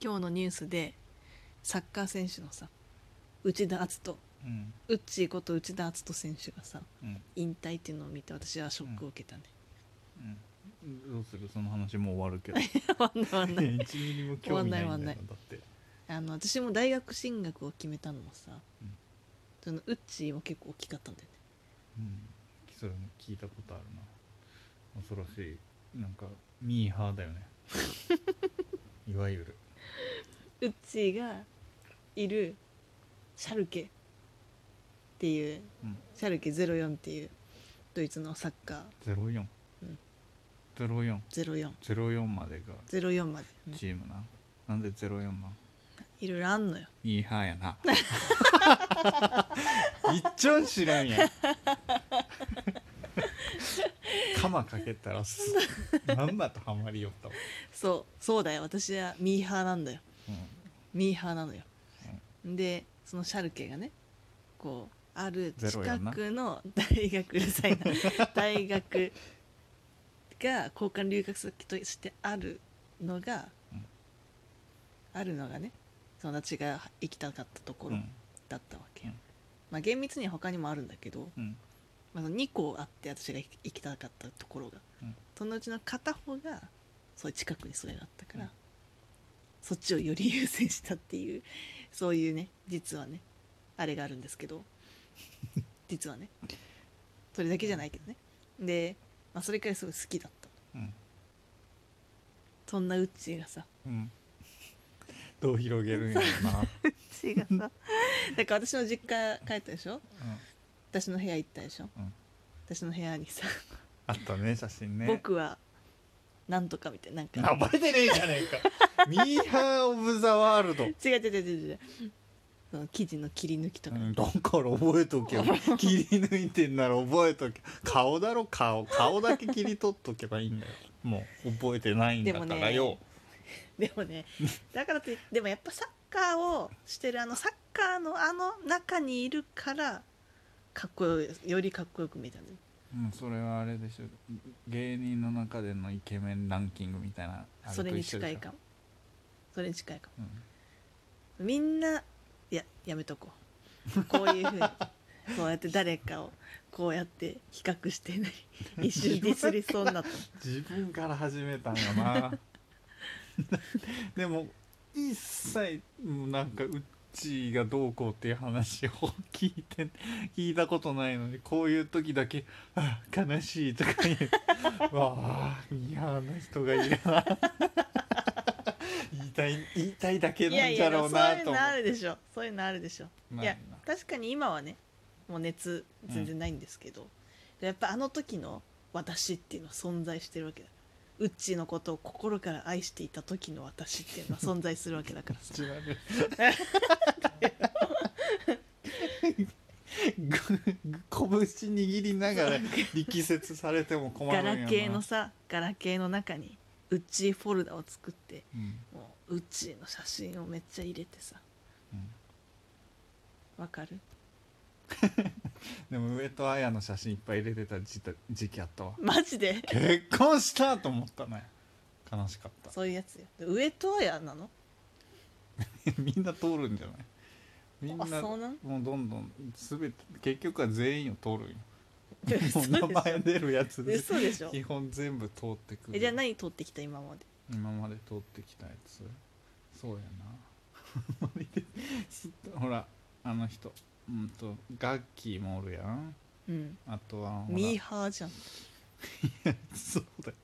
今日のニュースでサッカー選手のさ内田篤人うんウッチーこと内田篤人選手がさうん引退っていうのを見て私はショックを受けたね、うんどうするその話もう終わるけど わんないわんない1ミリも興味な終わんいんだよない終なだわんないってあの私も大学進学を決めたのもさ、うんそのウッチーは結構大きかったんだよねうんそれも聞いたことあるな恐ろしいなんかミーハーだよねいわゆるウッチーがいるシャルケっていううんシャルケ04っていうドイツのサッカ04うん04ー04までが0404まで、うんチームな、なんで04なんいろいろあんのよミーハーや ないっちょん知らん やん鎌かけたらすまんまとハマりよったわ、そうそうだよ私はミーハーなんだようミーハーなのよ、でそのシャルケがねこうあるゼロや近なくの大学うるさいな 大学が交換留学先としてあるのが、うんあるのがね友達が行きたかったとこんうろんだったわけ、うんまあ厳密には他にもあるんだけど、うんまあ、2校あって私が行き行きたかったところが、うんそのうちの片方がそういう近くにそれがあったから、うんそっちをより優先したっていうそういうね実はねあれがあるんですけ ど実はねそれだけじゃないけどねで、まあ、それくらいすごい好きだったうんそんなうっちーがさうんどう広げるんやろ な、うっちーが さだから私の実家帰ったでしょうん、私の部屋行ったでしょ、うん私の部屋にさ、あったね写真ね僕はなんとかみたいななんか名前でねえじゃねえかミーハー・オブ・ザ・ワールド違う違う違う違う違うその生地の切り抜きとか、うんだから覚え とけよ切り抜いてんなら覚えとけ顔だろ顔顔だけ切り取っとけばいいんだよもう覚えてないんだからでもよね、でも ねだからってでもやっぱサッカーをしてるあのサッカーのあの中にいるからかっこよよりかっこよく見えたんだようん、それはあれでしょ芸人の中でのイケメンランキングみたいなあそれとに一緒で近しいょかもそれに近いかもうんみんないややめとこうこういうふうに こうやって誰かをこうやって比較してない一瞬ディスりそうになった自分から始めたんやな でも一切もうなんかうっちーがどうこうっていう話を聞いて聞いたことないのにこういう時だけ「あ悲しい」とか言う わあ嫌な人がいるな 言いたい言いたいだけいなやんいだやろそううないうと思のあるでしょそういうのあるでしょういや確かに今はねもう熱全然ないんですけど、やっぱあの時の私っていうのは存在してるわけだウッチーのことを心から愛していた時の私っていうのは存在するわけだから 口悪い ぐぐ拳握りながら力説されても困るガんやラなケーのさガラケーの中にウッチーフォルダを作ってうんもうウッチーの写真をめっちゃ入れてさうんわかるでも上戸彩の写真いっぱい入れてた時た時期あったわマジで結婚したと思ったね悲しかったそういうやつよで上戸彩なのみんな通るんじゃないみんなあそうなん もうどんどん全て結局は全員を通るんよ嘘もでうしょ名前出るやつで嘘でしょ 基本全部通ってくるえじゃあ何撮ってきた今まで今まで通ってきたやつそう やなすっとほらあの人うんとガッキーもおるやんうんあとはほらミーハーじゃんそうだよ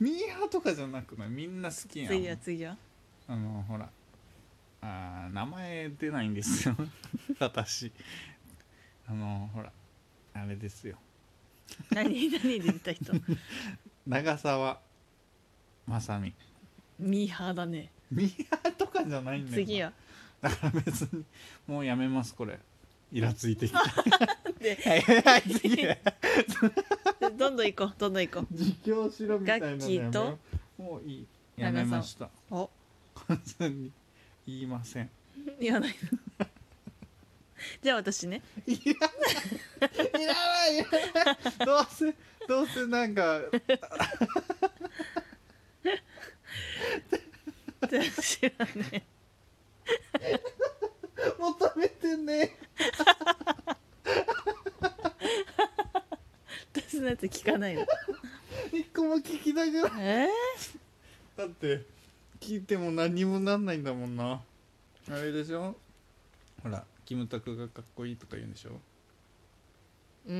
ミーハーとかじゃなくないみんな好きや次はん次 はあのほらあー名前出ないんですよ 私あのほらあれですよ何何で見た人長澤まさみミーハーだねミーハーとかじゃないんだよな次はだから別にもうやめますこれイラついてきた ではい次ねどんどん行こうどんどん行こ自供しろみたいなのガッキーとやめようもういいやめましたうお完全に言いません言わないの じゃあ私ねいらないいらないどうせどうせなんか知らねえ求めてね私のやつ聞かないの一個も聞きたくないえだって聞いても何にもなんないんだもんなあれでしょほらキムタクがかっこいいとか言うんでしょー、うー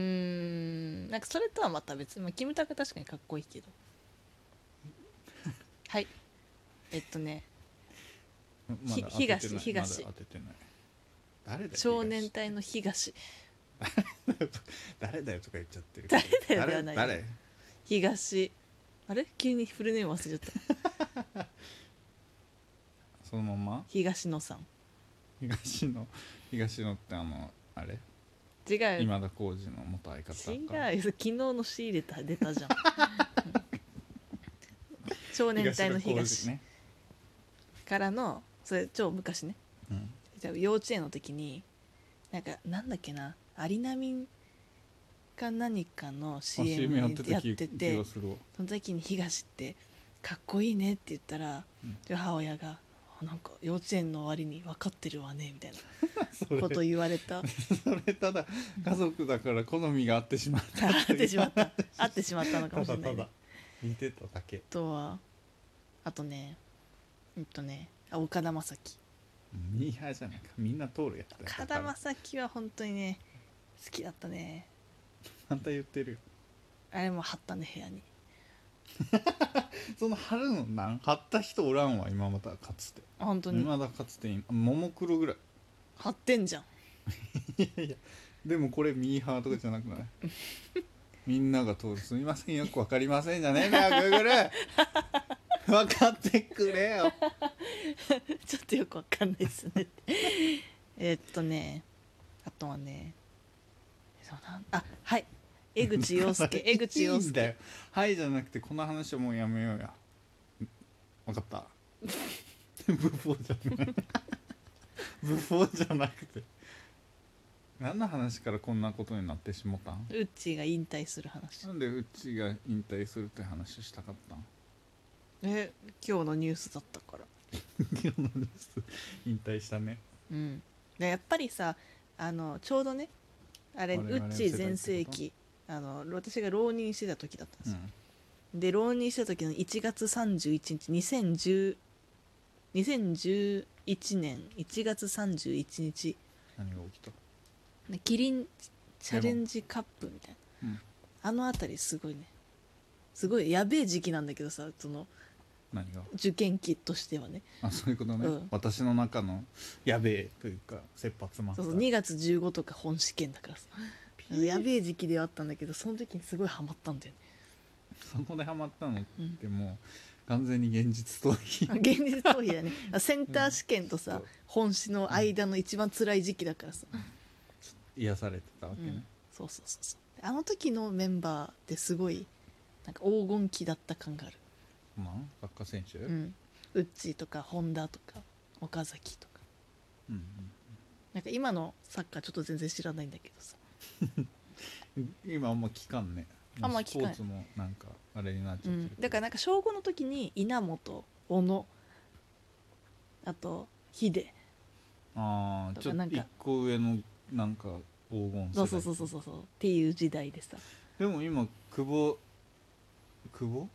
んなんかそれとはまた別に、まあ、キムタク確かにかっこいいけ どはいえっとねまだ当ててないひ東東まだ当ててない誰だよ少年隊の東 誰だよとか言っちゃってる誰だよではない誰東あれ急にフルネーム忘れちゃったそのまま東野さん東野東野ってあのあれ違う違う今田耕司の元相方か昨日の仕入れた出たじ ゃん少年隊の田東浩二ね、からのそれ超昔ねうん、じゃあ幼稚園の時になんかなんだっけなアリナミンか何かの CM あややっっててたて気気がするわその時に東って「かっこいいね」って言ったら、うんで母親が「あなんか幼稚園の終わりに分かってるわね」みたいなそれこと言われ たそれただ家族だから好みが合ってしまった会ってしまった会ってしまったのかたもしれだない、たね、だあ似てただけとはあとねうんとねあ岡田将生ミーハーじゃないかみんな通るやつだよ岡田だから将生は本当にね好きだったねまた言ってるよあれも貼ったね部屋にその春のなん貼った人おらんわ今まだかつてあ本当に今だかつて今ももクロぐらい貼ってんじゃんいやいやでもこれミーハーとかじゃな くないみんなが通る「すみませんよくわかりません」じゃねえかよグーグル分かってくれよ ちょっとよくわかんないですね。 えーっとね、あとはね、そうなんあはい、江口洋 介、江口洋 いいんだ介よ。はいじゃなくてこの話はもうやめようや分かったブフォーじゃないブフォーじゃなくて何の話からこんなことになってしもたんウッチーが引退する話な。んでうちが引退するって話したかったんえ、今日のニュースだったから。今日のニュース引退したねうん。でやっぱりさ、あのちょうどね、あれウ我々のッチー全盛世代ってこと期、あの私が浪人してた時だったんですうよ。んで浪人した時の1月31日2010 2011年1月31日何が起きたねキリンチャレンジカップみたいな、うんあの辺りすごいねすごいやべえ時期なんだけどさその何が 受験期としてはねあそういうことね、うん私の中のやべえというか切羽詰まったそうそう2月15とか本試験だからさピーやべえ時期ではあったんだけどその時にすごいハマったんだよそこでハマったのっね、てもう完全に現実逃避うん、現実逃避だねあセンター試験とさ、うん本試の間の一番辛い時期だからさ、 癒されてたわけうねん、そうそうそうそうあの時のメンバーってすごいなんか黄金期だった感があるまあサッカー選手、ううんん、ウッチーとか本田とか岡崎とかなんか今のサッカーちょっと全然知らないんだけどさうん今あんま聞かんねあんま聞かんスポーツもなんかあれになっちゃってるけど、だからなんか小5の時に稲本小野あとヒデああちょっなとんか一個上のなんか黄金世代そうそうそうそうそうそうっていう時代でさでも今久保久保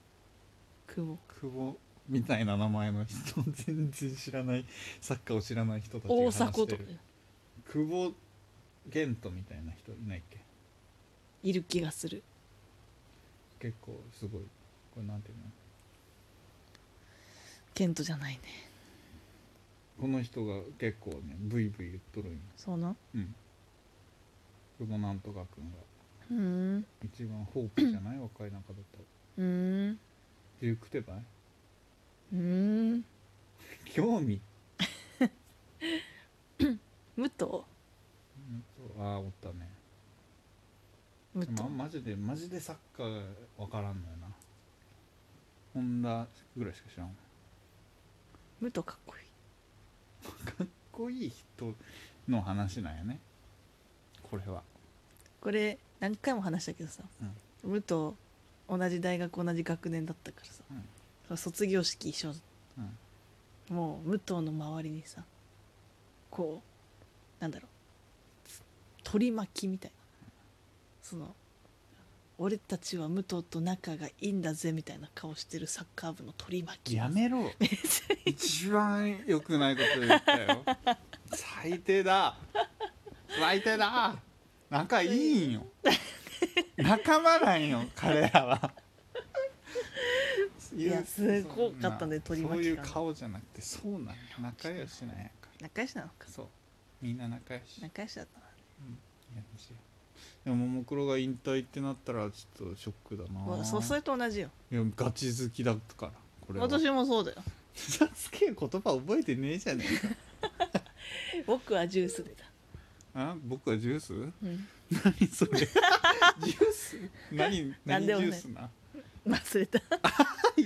久保久保みたいな名前の人全然知らないサッカーを知らない人たちが大話迫しとてかる久保玄斗みたいな人いないっけいる気がする結構すごいこれなんていうのケントじゃないねこの人が結構ねブイブイ言っとるんよそうなんうん久保なんとか君がうーん一番ホープじゃない若い中だったらうーん言くてばいうーん興味武藤うんとああおったね武で藤もマジでマジでサッカーわからんのよな本田ぐらいしか知らんわ武藤かっこいいかっこいい人の話なんやねこれはこれ何回も話したけどさ、武藤同じ大学同じ学年だったからさ、うんその卒業式一緒うんもう武藤の周りにさこうなんだろう取り巻きみたいなその俺たちは武藤と仲がいいんだぜみたいな顔してるサッカー部の取り巻きやめろ一番良くないこと言ったよ最低だ最低だ仲いいんよ仲間なんよ彼らはいやすごかったねそん取りな巻きがそういう顔じゃなくてそうなんよ仲良しなんやか仲良しなのからそうみんな仲良しや仲良しだったなめしようでもももクロが引退ってなったらちょっとショックだもなうそうそれと同じよいやガチ好きだからこれは私もそうだよふざける言葉覚えてねえじゃね えか僕はジュースでだ、あ僕はジュースうん、何それジュース何なん何ジでもュないースな忘れたい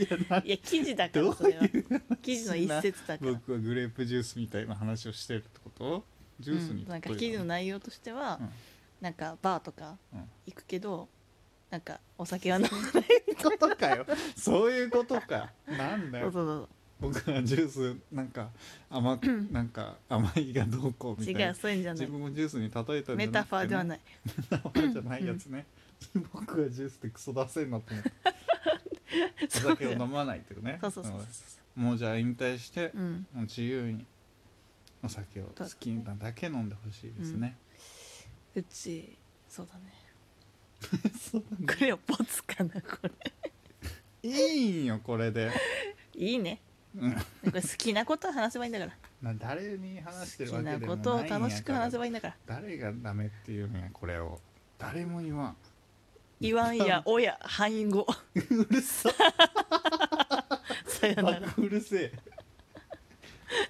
やないや記事だかどらうそれはいう記事の一節だから僕はグレープジュースみたいな話をしてるってことジュースにうん、なんか記事の内容としては、うんなんかバーとかうん行くけど、なんかお酒は飲まないことかよそういうことかなんそだうよそう僕はジュースなんか 甘くなんか甘いがどうこうそうみ違たいうなそういうんじゃな自い分もジュースに例えたんじメゃなタくファーてではねないメタファーじゃないやつね僕はジュースってクソ出せんなと思って おそう酒を飲まないっていうねそうそうそうそうもうじゃあ引退してうんもう自由にお酒を好きなだけ飲んでほしいですね。うちそうだね そうなんだクレオポツかなこれいいんよこれで。いいねうんこれ好きなことを話せばいいんだからな誰に話して好るきなわけでもないんやことを楽しく話せばいい。いいんだから誰がダメっていうんやこれを。誰も言わん。言わんや おや範囲語うるさ。 さよなら うるせえ。